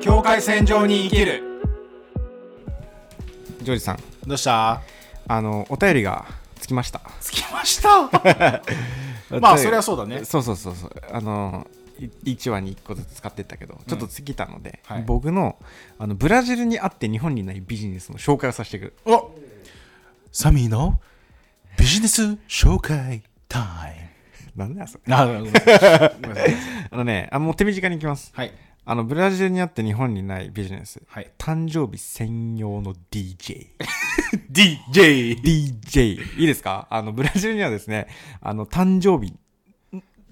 境界線上に生きるジョージさん、どうしたあのお便りがつきました。つきましたまあそりゃそそうだうねそうそうそうそう。あの一話に一個ずつ使ってったけど、ちょっとつきたので、はい僕のあのブラジルにあって日本にないビジネスの紹介をさせてくる。おサミーのビジネス紹介タイなんだよそれ。あごめんなさいごめんなさいあのね、あもう手短に行きます。はいあのブラジルにあって日本にないビジネス。はい誕生日専用の DJ。 DJ DJ。いいですかあの、ブラジルにはですね、あの、誕生日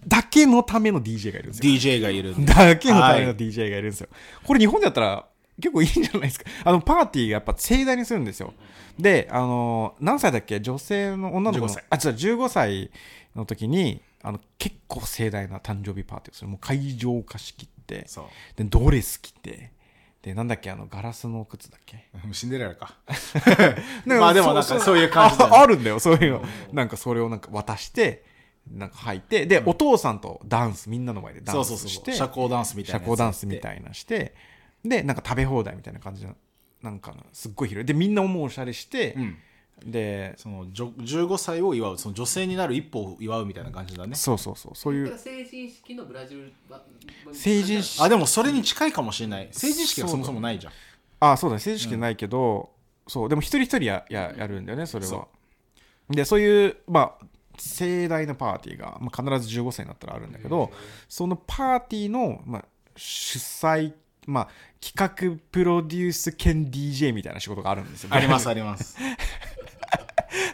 だけのための DJ がいるんですよ。 DJ がいるんだだけのためはのい DJ がいるんですよ。これ日本だったら結構いいんじゃないですか。あの、パーティーがやっぱ盛大にするんですよ。で、あの、何歳だっけ女性の女の子の15歳。あ、違う、15歳の時に、あの、結構盛大な誕生日パーティーをする。もう会場貸し切って、そで、ドレス着て、で、なんだっけ、あの、ガラスの靴だっけうシンデレラかまあでも なんかそういう感じだねああるんだよそういうのなんかそれをなんか渡してなんか履いてで、お父さんとダンスみんなの前でダそうンそうスしそうて社交ダンスみたいなやつ社交ダンスみたいなしてでなんか食べ放題みたいな感じのなんかすっごい広いでみんなもうおしゃれして、うんでそのじょ15歳を祝うその女性になる一歩を祝うみたいな感じだねそうそうそうそういう成人式のブラジルば成人式あでもそれに近いかもしれない成人式がそもそもないじゃんあそうだ正式じゃないけど、そうでも一人一人やややるんだよねそれはそでそういうまあ盛大なパーティーが、まあ、必ず15歳になったらあるんだけど、そのパーティーの、まあ、主催まあ企画プロデュース兼 DJ みたいな仕事があるんですよありますあります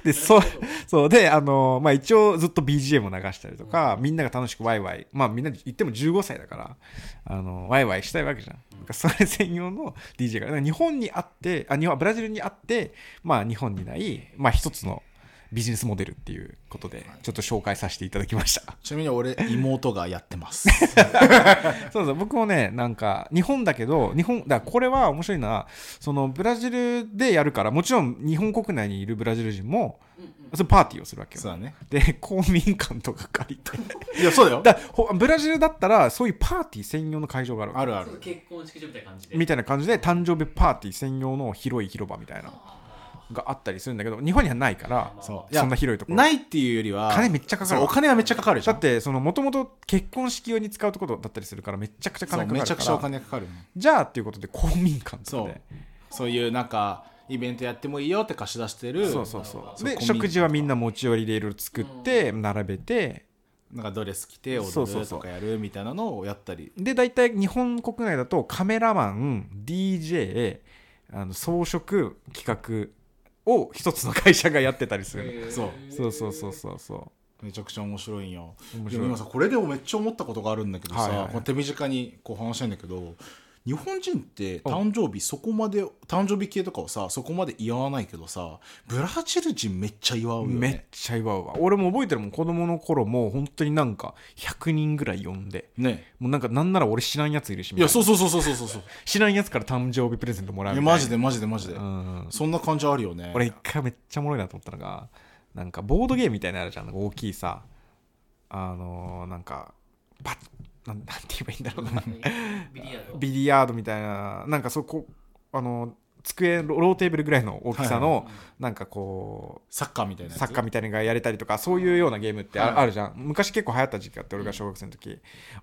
で、そう、そう、で、あのまあ、一応ずっと BGM を流したりとか、みんなが楽しくワイワイ、まあ、みんな言っても15歳だから、あのワイワイしたいわけじゃん。なんかそれ専用の DJ が、だから日本にあって、あ、日本、ブラジルにあって、まあ、日本にない、まあ、一つのビジネスモデルっていうことで、ちょっと紹介させていただきました。 ちなみに俺妹がやってますそうそう僕もねなんか日本だけど日本だからこれは面白いのはそのブラジルでやるからもちろん日本国内にいるブラジル人もそのパーティーをするわけよそうだねで公民館とか借りていやそうだよだほブラジルだったらそういうパーティー専用の会場があるあるある結婚式場みたいな感じでみたいな感じで誕生日パーティー専用の広い広場みたいながあったりするんだけど日本にはないからそうそんな広いところないっていうよりは金めっちゃかかるそうお金はめっちゃかかるじゃだんってもともと結婚式用に使うところだったりするからめちゃくちゃそう金かかるからめちゃくちゃお金かかるじゃあっていうことで公民館とそかうでそういうなんかイベントやってもいいよって貸し出してるそうそうそうそうコンでビニとか食事はみんな持ち寄りでいろいろ作って並べてなんかドレス着てそう踊そうるそとうかやるみたいなのをやったりで大体日本国内だとカメラマン DJ あの装飾企画を一つの会社がやってたりするそうそうそうそうそうそめちゃくちゃ面白いんよ面白いでも今さこれでもめっちゃ思ったことがあるんだけどさ、はいはいはいこの手短にこう話したいんだけど日本人って誕生日そこまで誕生日系とかをさそこまで祝わないけどさブラジル人めっちゃ祝ううよねめっちゃ祝うわ俺も覚えてるもん子供の頃もう本当になんか100人ぐらい呼んでねもうなんかなんなら俺知らんやついるしみいたいやなそうそうそうそうそうそうそう知らんやつから誕生日プレゼントもらういみやたいなマジでマジでマジで、うんそんな感じあるよね俺一回めっちゃおもろいなと思ったのがなんかボードゲームみたいなのあるじゃんなんか大きいさあのーなんかパッなんなんて言えばいいんだろうなビリヤードビリヤードみたいななんかそこあの机ロローテーブルぐらいの大きさの、なんかこサッカーみたいうなやつサッカーみたいなのがやれたりとかそういうようなゲームってあ,、はいはいるじゃん昔結構流行った時期があって俺が小学生の時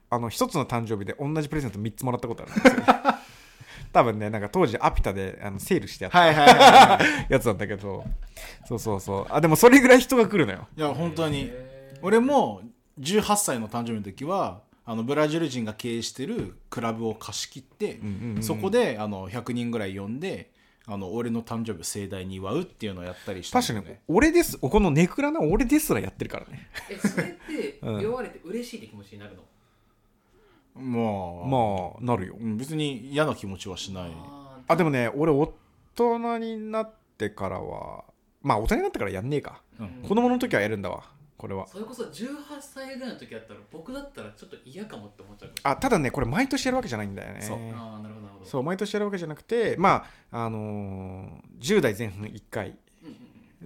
あの一つの誕生日で同じプレゼント3つもらったことあるん ですよ多分ねなんか当時アピタであのセールしてやったはいはいはいはいやつなんだけどそうそうそうあでもそれぐらい人が来るのよいや本当に俺も18歳の誕生日の時はあのブラジル人が経営してるクラブを貸し切って、んうんうんそこであの100人ぐらい呼んであの俺の誕生日を盛大に祝うっていうのをやったりしたん確だかよに俺ですこのネクラな俺ですらやってるからねえそれってうん言われて嬉しいって気持ちになるのもう、まあなるようん別に嫌な気持ちはしないああでもね俺大人になってからはまあ大人になってからやんねえかうんー子供の時はやるんだわこれはそれこそ18歳ぐらいの時だったら僕だったらちょっと嫌かもって思っちゃうあただねこれ毎年やるわけじゃないんだよねそうあーなるほどなるほどそう毎年やるわけじゃなくてまああのー10代前半1回うんうん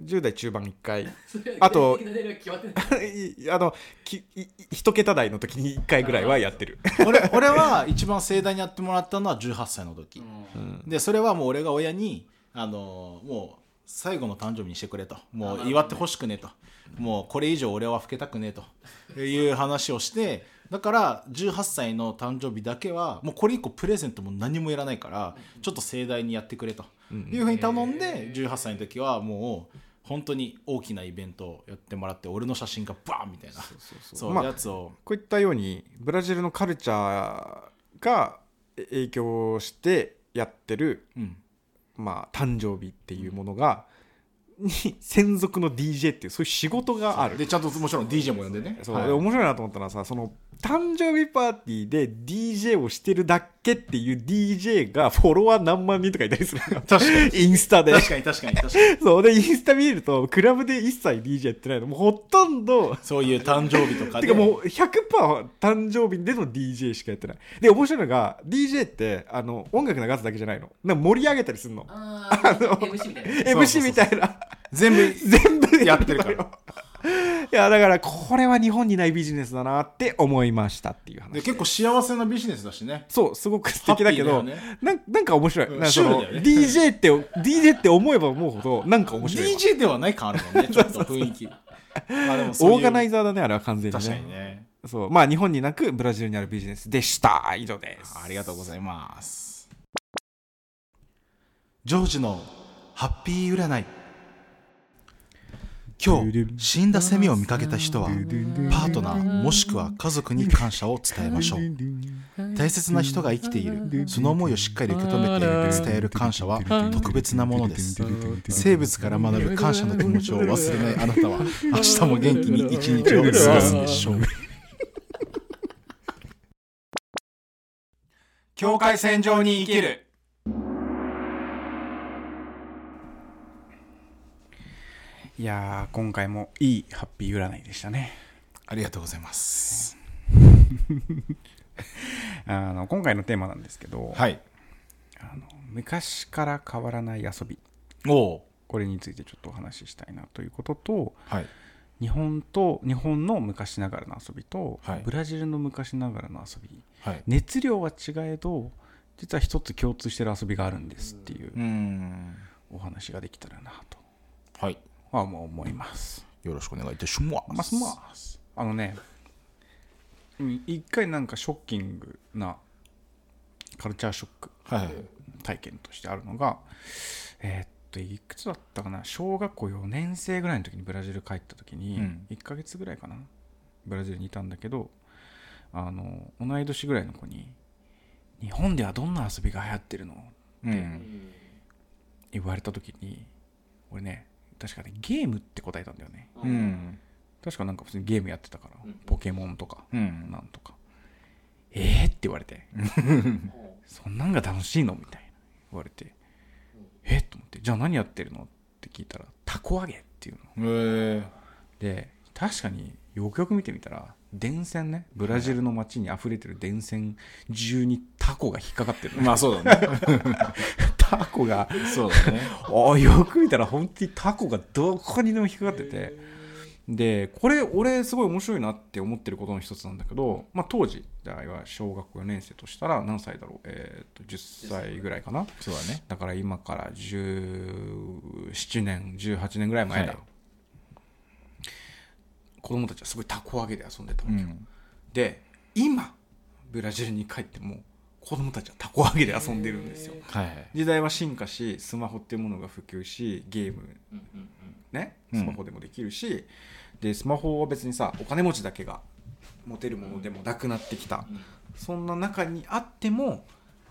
うん10代中盤1回 それはあと具体的な年齢は決まってないいあのきい一桁台の時に1回ぐらいはやってる俺俺は一番盛大にやってもらったのは18歳の時、うんでそれはもう俺が親に、あのーもう最後の誕生日にしてくれともう祝ってほしくねともうこれ以上俺は老けたくねという話をしてだから18歳の誕生日だけはもうこれ以降プレゼントも何もいらないからちょっと盛大にやってくれというふうに頼んで18歳の時はもう本当に大きなイベントをやってもらって俺の写真がバーンみたいなそうまあやつをこういったようにブラジルのカルチャーがえ影響してやってる、うんまあ、誕生日っていうものが、に専属の DJ っていうそういう仕事があるでちゃんともちろん DJ も呼んでねそう、はいで面白いなと思ったのはさその誕生日パーティーで DJ をしてるだけっていう DJ がフォロワー何万人とかいたりするのよ確かにインスタで確かに確かに確かにそうでインスタ見るとクラブで一切 DJ やってないのもうほとんどそういう誕生日とかてでかもう100%誕生日での DJ しかやってないで面白いのが DJ ってあの音楽流すだけじゃないのなんか盛り上げたりするのああ MC みたいなそうそ MC うみたいな 全部全部やってるからやる のよいやだからこれは日本にないビジネスだなって思いましたっていう話で結構幸せなビジネスだしねそうすごく素敵だけハどッピーだよねなんなんか面白い、うんなんかそのシュールだよ DJ って DJ って思えば思うほどなんか面白いわ DJ ではない感あるもんねちょっと雰 囲気まあでもそういうオーガナイザーだねあれは完全にね確かにねそうまあ日本になくブラジルにあるビジネスでした以上ですありがとうございますジョージのハッピー占い今日死んだセミを見かけた人はパートナーもしくは家族に感謝を伝えましょう大切な人が生きているその思いをしっかり受け止めて伝える感謝は特別なものです生物から学ぶ感謝の気持ちを忘れないあなたは明日も元気に一日を過ごすでしょう境界線上に生きるいやー今回もいいハッピー占いでしたねありがとうございますあの今回のテーマなんですけど、はいあの昔から変わらない遊びおおこれについてちょっとお話ししたいなということとはい日本と日本の昔ながらの遊びと、はいブラジルの昔ながらの遊びはい熱量は違えど実は一つ共通してる遊びがあるんですっていううーんお話ができたらなとはいはもう思います。よろしくお願いいたしまますすますあのねうん一回なんかショッキングなカルチャーショックはいはい体験としてあるのがえーっといくつだったかな小学校4年生ぐらいの時にブラジル帰った時に、うん1ヶ月ぐらいかなブラジルにいたんだけどあの同い年ぐらいの子に「日本ではどんな遊びが流行ってるの?」うん言われた時に俺ね確かねゲームって答えたんだよねうん確かなんか普通にゲームやってたから、うんポケモンとか、うんなんとか「えー?」って言われて「そんなんが楽しいの?」みたいな言われて「えっ?」と思って「じゃあ何やってるの?」って聞いたら「たこ揚げ」っていうのえーで確かによくよく見てみたら電線ねブラジルの街に溢れてる電線中にタコが引っかかって る、まあそうだ ねタコがそうだねあよく見たら本当にタコがどこにでも引っかかっててでこれ俺すごい面白いなって思ってることの一つなんだけど、まあ、当時じゃあ要は小学校4年生としたら何歳だろう、えー、と10歳ぐらいかなそうだねだから今から17年18年ぐらい前だ、はい子供たちはすごいタコ揚げで遊んでたわうけよ、んで今ブラジルに帰っても子供たちはタコ揚げで遊んでるんですよはいはい時代は進化しスマホっていうものが普及しゲームねうんスマホでもできるし、でスマホは別にさお金持ちだけが持てるものでもなくなってきた、そんな中にあっても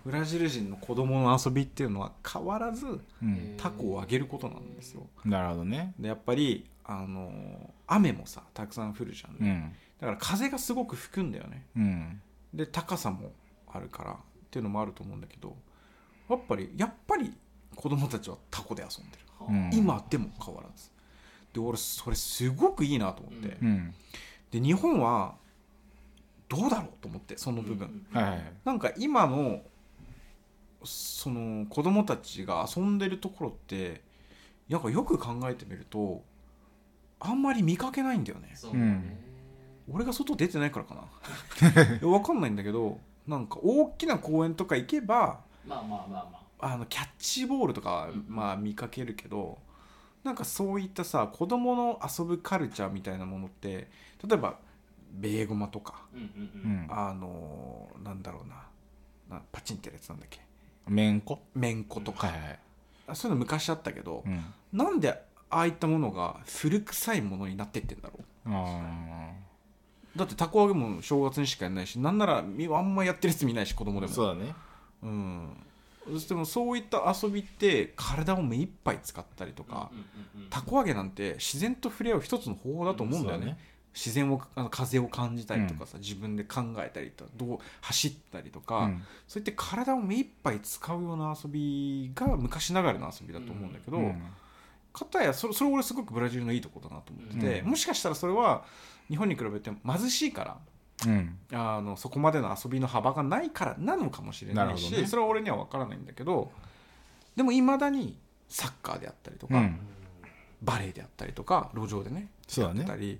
ブラジル人の子供の遊びっていうのは変わらずうんタコをあげることなんですよなるほどねでやっぱりあの雨もさたくさん降るじゃんね、うんだから風がすごく吹くんだよねうんで高さもあるからっていうのもあると思うんだけどやっぱりやっぱり子供たちはタコで遊んでる、うん今でも変わらずで俺それすごくいいなと思って、うんうんで日本はどうだろうと思ってその部分、はいはいはいなんか今のその子供たちが遊んでるところってなんかよく考えてみるとあんまり見かけないんだよねそうね、俺が外出てないからかないやわかんないんだけどなんか大きな公園とか行けばまあまあまあまあのキャッチボールとかはうんまあ見かけるけど、なんかそういったさ子供の遊ぶカルチャーみたいなものって例えばベーゴマとか、あうんうんううんんあのーなんだろうななパチンってやつなんだっけめんこめんことか、はいはいあそういうの昔あったけどう、んなんでああいったものが古臭いものになってってんだろうあだってたこ揚げも正月にしかやんないしなんならみあんまやってるやつ見ないし子供でーもそうだねうん、でもそういった遊びって体を目いっぱい使ったりとか、うんうんうんたこ揚げなんて自然と触れ合う一つの方法だと思うんだよね,、自然をあの風を感じたりとかさ、自分で考えたりとかどう走ったりとか、そうだねそういって体を目いっぱい使うような遊びが昔ながらの遊びだと思うんだけど、うんかたやそれそれ俺すごくブラジルのいいとこだなと思ってて、うんもしかしたらそれは日本に比べて貧しいからうんあのそこまでの遊びの幅がないからなのかもしれななるいほしどねそれは俺には分からないんだけどでもいまだにサッカーであったりとか、うんバレエであったりとか路上でねそうだやってたねり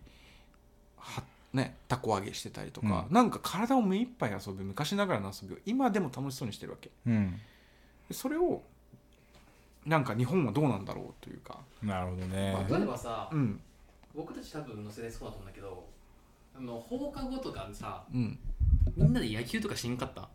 はねたこ揚げしてたりとか、うんなんか体を目いっぱい遊ぶ昔ながらの遊びを今でも楽しそうにしてるわけうんでそれをなんか日本はどうなんだろうというか、なるほど例えねばさ、うん僕たち多分載せれそうだと思うんだけどあの放課後とかさうん、みんなで野球とかしんかった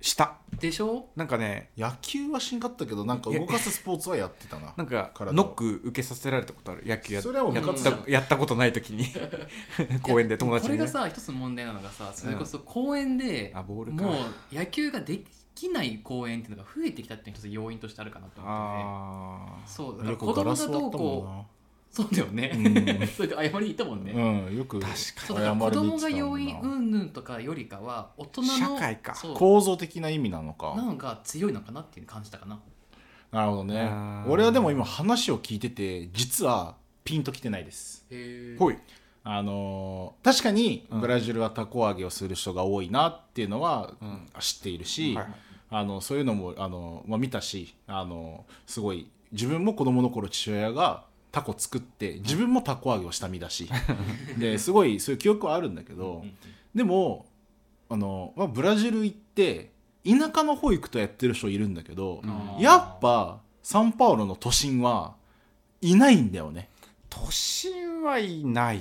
したでしょなんかね野球はしんかったけどなんか動かすスポーツはやってたななんか体をノック受けさせられたことある野球やそれはもうや部っ活だたやったことない時に 公園で友達に、こねれが、さ一つ問題なのがさそれこそ公園で、あボールかもう野球ができない公園っていうのが増えてきたっていうのが一つ要因としてあるかなと思っててあーそうだからよ子くガ供がラス割どっうたこもうそうだよね、うん それで謝りに行ったもんね、んなうんよくそうだから子供が要要因因うんぬんとかよりかは大人の社会かそう構造的な意味なのかなんか強いのかなっていう感じたかななるほどねあー俺はでも今話を聞いてて実はピンときてないですへほいあのー確かにうんブラジルはたこ揚げをする人が多いなっていうのはうん知っているし、はいはいあのそういうのもあの、まあ、見たしあのすごい自分も子供の頃父親がタコ作って自分もたこ揚げをした身だしですごいそういう記憶はあるんだけどでもあの、まあ、ブラジル行って田舎の方行くとやってる人いるんだけど、うんやっぱサンパウロの都心はいないんだよね。都心はいない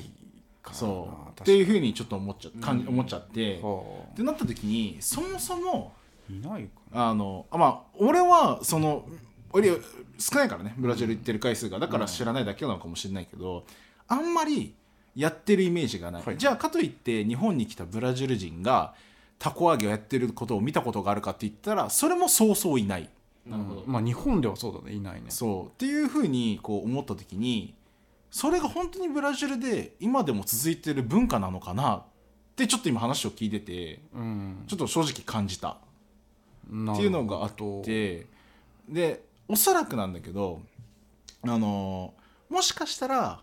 かなそう確かにっていうふうにちょっと思っちゃ感じうん思っちゃって、っほてなった時にそもそもういないかあのあまあ俺はその俺少ないからねブラジル行ってる回数がだから知らないだけなのかもしれないけどあんまりやってるイメージがない、はいじゃあかといって日本に来たブラジル人がたこ揚げをやってることを見たことがあるかって言ったらそれもそうそういないなるほど、まあ日本ではそうだねいないねそうっていうふうにこう思った時にそれが本当にブラジルで今でも続いてる文化なのかなってちょっと今話を聞いててうんちょっと正直感じたっっていうのがあってでおそらくなんだけどあのもしかしたら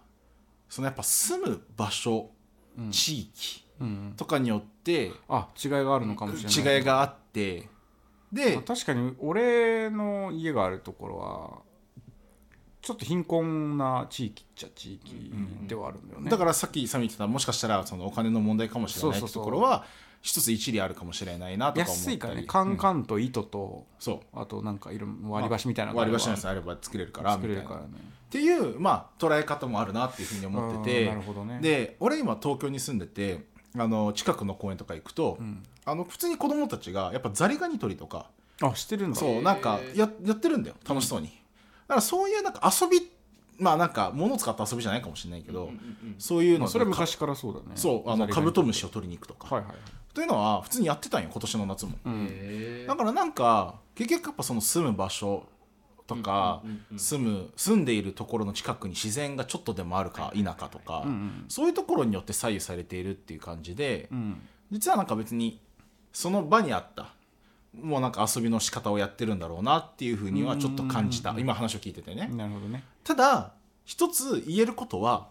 そのやっぱ住む場所うん地域うんとかによってあ違いがあるのかもしれない違いがあってでまあ確かに俺の家があるところはちょっと貧困な地域っちゃ地域ではあるんだよねだかららさっきサミ言ってたもしかしたらそのお金の問題かもしれないっそてうそうそとうころは一つ一理あるかもしれないなとか思った安りいからねカンン、カンと糸とそうあとなんかいろんな割り箸みたいなのがあ割りれば箸のやつあれば作れるからみ作たいれなるからねっていうまあ捉え方もあるなっていうふうに思ってうんてなるほどねで俺今東京に住んでてあの近くの公園とか行くと、うんあの普通に子供たちがやっぱザリガニ取りとかあしてるんだそうなんかややってるんだよ楽しそうに、だからそういうなんか遊びまあなんか物を使った遊びじゃないかもしれないけど、うんうんそういうのまあそれはか昔からそうだねそうあのカブトムシを取りに行くとか、はいはいはいというのは普通にやってたんよ今年の夏も、ううんんへーだからなんか結局やっぱその住む場所とか、うんうんうん住む住んでいるところの近くに自然がちょっとでもあるか否かとか、うんうんそういうところによって左右されているっていう感じで、うん実はなんか別にその場にあったもうなんか遊びの仕方をやってるんだろうなっていうふうにはちょっと感じたうん今話を聞いててね、なるほどねただ一つ言えることは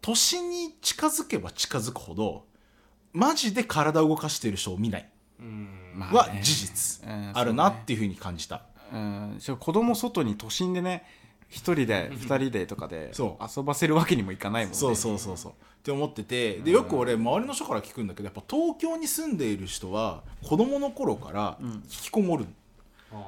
都心に近づけば近づくほどマジで体を動かしている人を見ないうんまあねは事実うんあるなっていうふうに感じた、うんそう子供外に都心でね一人で二人でとかでそ遊ばせるわけにもいかないもんねそうそうそうそうって思っててでよく俺周りの人から聞くんだけどやっぱ東京に住んでいる人は子供の頃から引きこもる、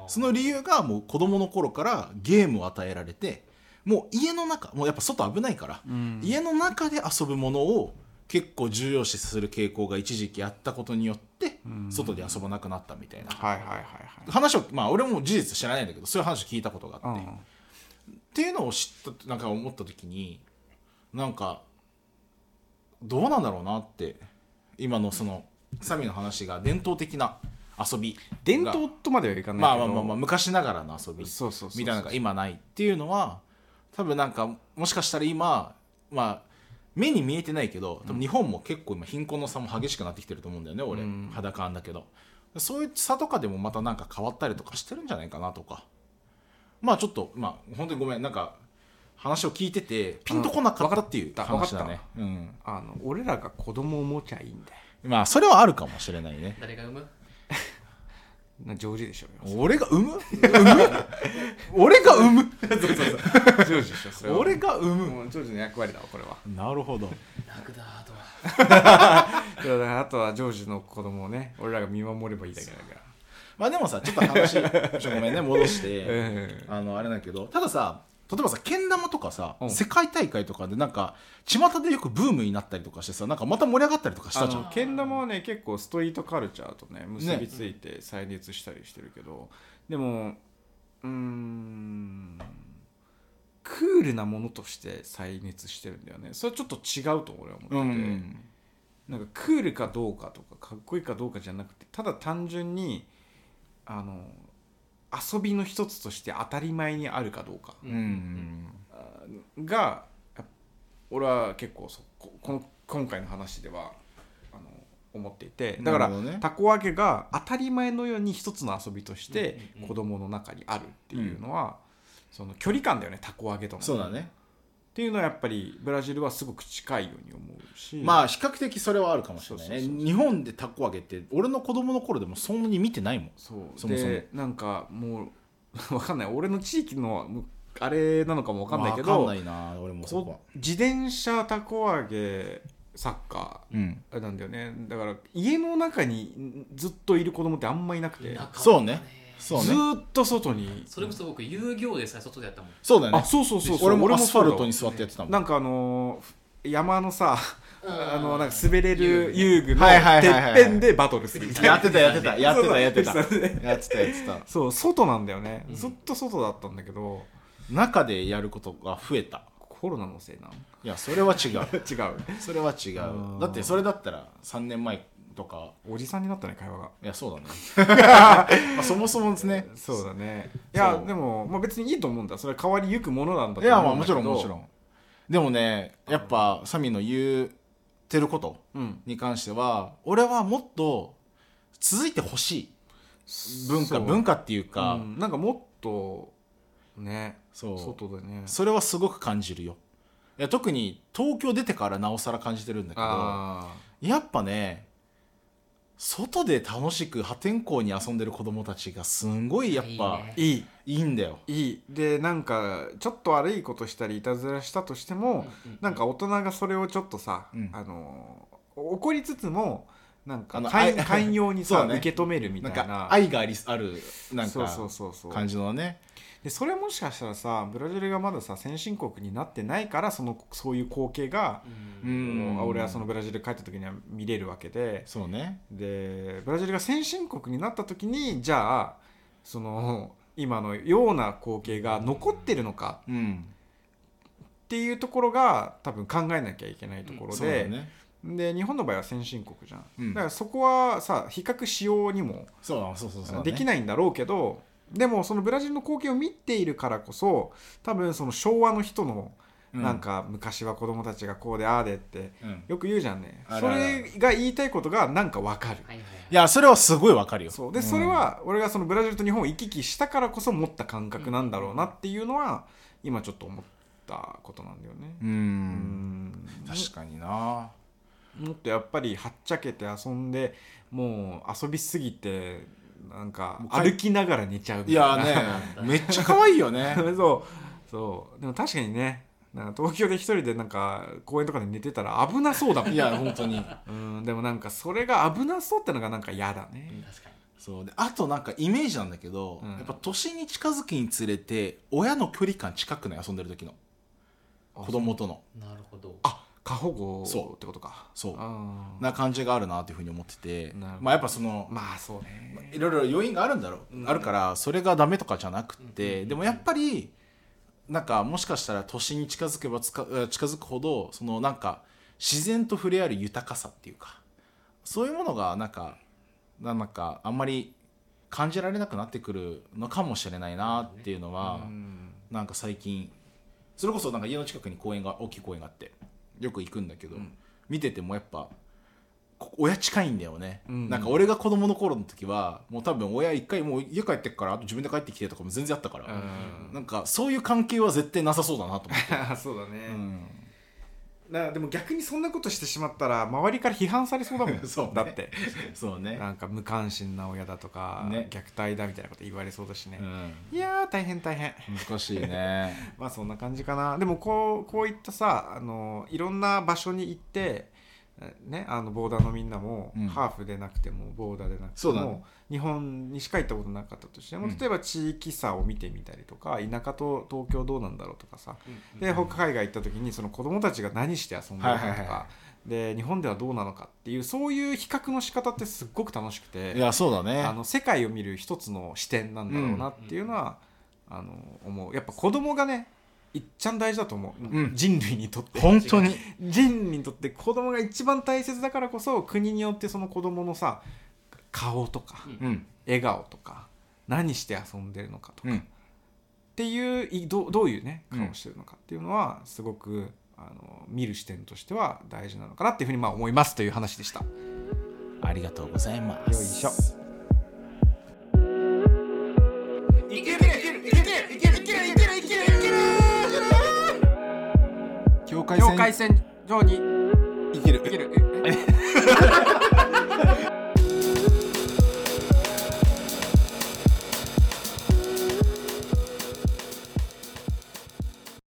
その理由がもう子供の頃からゲームを与えられてもう家の中もうやっぱ外危ないから、家の中で遊ぶものを結構重要視する傾向が一時期あったことによって外で遊ばなくなったみたいなはいはいはいはい話をまあ俺も事実知らないんだけどそういう話を聞いたことがあって、うんっていうのを知ったなんか思った時になんかどうなんだろうなって今のそのサミの話が伝統的な遊びが伝統とまではいかないけどまあまあまあまあ昔ながらの遊びそうそうそうそうみたいなのが今ないっていうのは多分なんかもしかしたら今まあ目に見えてないけど多分日本も結構今貧困の差も激しくなってきてると思うんだよね俺、裸なんだけどそういう差とかでもまたなんか変わったりとかしてるんじゃないかなとかまあちょっとまあ本当にごめんなんか話を聞いててピンとこなかったっていうあのわか話っただね、うん、あの俺らが子供を持ちゃいいんだよまあそれはあるかもしれないね誰が産むなジョ ージでしょうよ俺が産む産む 俺が産むジョージでしょそれは俺が産むもうジョージの役割だわこれはなるほどラクダーとはだからあとはジョージの子供をね俺らが見守ればいいだけだからまあでもさちょっと 話ちょっとごめんね戻して、えあのあれだけどたださ例えばさけん玉とかさ、うん世界大会とかでなんか巷でよくブームになったりとかしてさなんかまた盛り上がったりとかしたあじゃのんけん玉はね結構ストリートカルチャーとね結びついて再熱したりしてるけど、でもうーんクールなものとして再熱してるんだよねそれはちょっと違うと俺は思ってて、うんなんかクールかどうかとかかっこいいかどうかじゃなくてただ単純にあの遊びの一つとして当たり前にあるかどうかうんうんがやっ俺は結構そここの今回の話ではあの思っていてだから、なるほどねたこ揚げが当たり前のように一つの遊びとしてうんうんうん子供の中にあるっていうのは、その距離感だよねたこ揚げとのそうだね、っていうのはやっぱりブラジルはすごく近いように思うしまあ比較的それはあるかもしれないねそうそうそう日本でたこ揚げって俺の子供の頃でもそんなに見てないもんそうそもそもでなんかもう わかんない俺の地域のあれなのかもわかんないけど、わかんないな俺もそこはこ自転車たこ揚げサッカーうんあれなんだよねだから家の中にずっといる子供ってあんまいなくていなかったそうねそうずねーっと外にそれこそ僕遊行でさえ外でやったもんそうだよあねそうそうそうそう俺もアスファルそトうにだ座ってやってたもんなんかあのー山のさうんあのなんか滑れる遊具のはいはいてはいはいっぺんでバトルするみたいなやってたやってたやってたやってた そうそうやってたやってたそう外なんだよねうんずっと外だったんだけど中でやることが増えたコロナのせいないやそれは違う 違うそれは違ーうだってそれだったら3年前とかおじさんになったね会話がいやそうだね まあそもそもですねそうだねいそうやでも、まあ、別にいいと思うんだそれは変わりゆくものなんだいとや思まうあんもちだけどろんもちろんでもねやっぱサミの言ってることうんに関しては俺はもっと続いてほしい文化そう文化っていうか、うんなんかもっとねそう外でねそれはすごく感じるよいや特に東京出てからなおさら感じてるんだけどあやっぱね外で楽しく破天荒に遊んでる子供たちがすんごいやっぱいいねーいいいいんだよいいでなんかちょっと悪いことしたりいたずらしたとしても、うんうんなんか大人がそれをちょっとさ、うんあの怒りつつもなんかあの寛あい 寛容にさ、そうね受け止めるみたないんなか愛がありあるなんそうそうかそうそう感じのねでそれもしかしたらさブラジルがまださ先進国になってないからそのそういう光景が、うんもう俺はそのブラジル帰った時には見れるわけでそうねでブラジルが先進国になった時にじゃあその今のような光景が残ってるのかうんっていうところが多分考えなきゃいけないところそうだで,、よねで日本の場合は先進国じゃん、うんだからそこはさ比較しようにもそうだそうそうそうだねできないんだろうけどでもそのブラジルの光景を見ているからこそ多分その昭和の人のうんなんか昔は子供たちがこうでああでってうんよく言うじゃんねあそるあるれが言いたいことがなんかわかるはいはいはいいやそれはすごいわかるよそうでんそれは俺がそのブラジルと日本を行き来したからこそ持った感覚なんだろうなっていうのは今ちょっと思ったことなんだよね。うんうん確かになもっとやっぱりはっちゃけて遊んでもう遊びすぎてなんかもう帰歩きながら寝ちゃういみたいやなねめっちゃ可愛いよね そそうでも確かにねなんか東京で一人でなんか公園とかで寝てたら危なそうだもんいや本当にうんでもなんかそれが危なそうってのがなんか嫌だね確かにそうであとなんかイメージなんだけど、うんやっぱ年に近づくにつれて親の距離感近くない遊んでる時の子供とのなるほどあ過保護そうってことかそうあーな感じがあるなというふうに思っててなるほどまあやっぱその、まあそうねいろいろ要因があるんだろう、あるからそれがダメとかじゃなくて、でもやっぱりなんかもしかしたら年に近づけばつか近づくほどそのなんか自然と触れ合える豊かさっていうかそういうものがなんかなんかあんまり感じられなくなってくるのかもしれないなっていうのは、なんか最近それこそなんか家の近くに公園が大きい公園があってよく行くんだけど、見ててもやっぱこ親近いんだよね、んなんか俺が子供の頃の時はもう多分親一回もう家帰ってっからあと自分で帰ってきてとかも全然あったから、うなんかそういう関係は絶対なさそうだなと思って そうだね、 なでも逆にそんなことしてしまったら周りから批判されそうだもん そうねだってそうねなんか無関心な親だとか、ね虐待だみたいなこと言われそうだしねう、んいやー大変大変難しいねまあそんな感じかなでもこうこういったさあのいろんな場所に行ってね、あのボーダーのみんなも、うんハーフでなくてもボーダーでなくてそうだも、ね日本にしか行ったことなかったとしても、うん例えば地域差を見てみたりとか田舎と東京どうなんだろうとかさ、うんで北海外行った時にその子供たちが何して遊んでるかとか、はいはいはで日本ではどうなのかっていうそういう比較の仕方ってすっごく楽しく ていやそうだねあの世界を見る一つの視点なんだろうなっていうのは、あの思うやっぱ子供がねいっちゃん大事だと思う、うん人類にとって本当に人類にとって子供が一番大切だからこそ国によってその子供のさ顔とか、うんうん笑顔とか何して遊んでるのかとか、うんっていういどうどういうねうん顔をしてるのかっていうのはすごくあの見る視点としては大事なのかなっていうふうにまあ思いますという話でした。ありがとうございまよいすしょ。いけるいけるいけるいけるいけるいけるいけるいける境界境界線上にいけるいける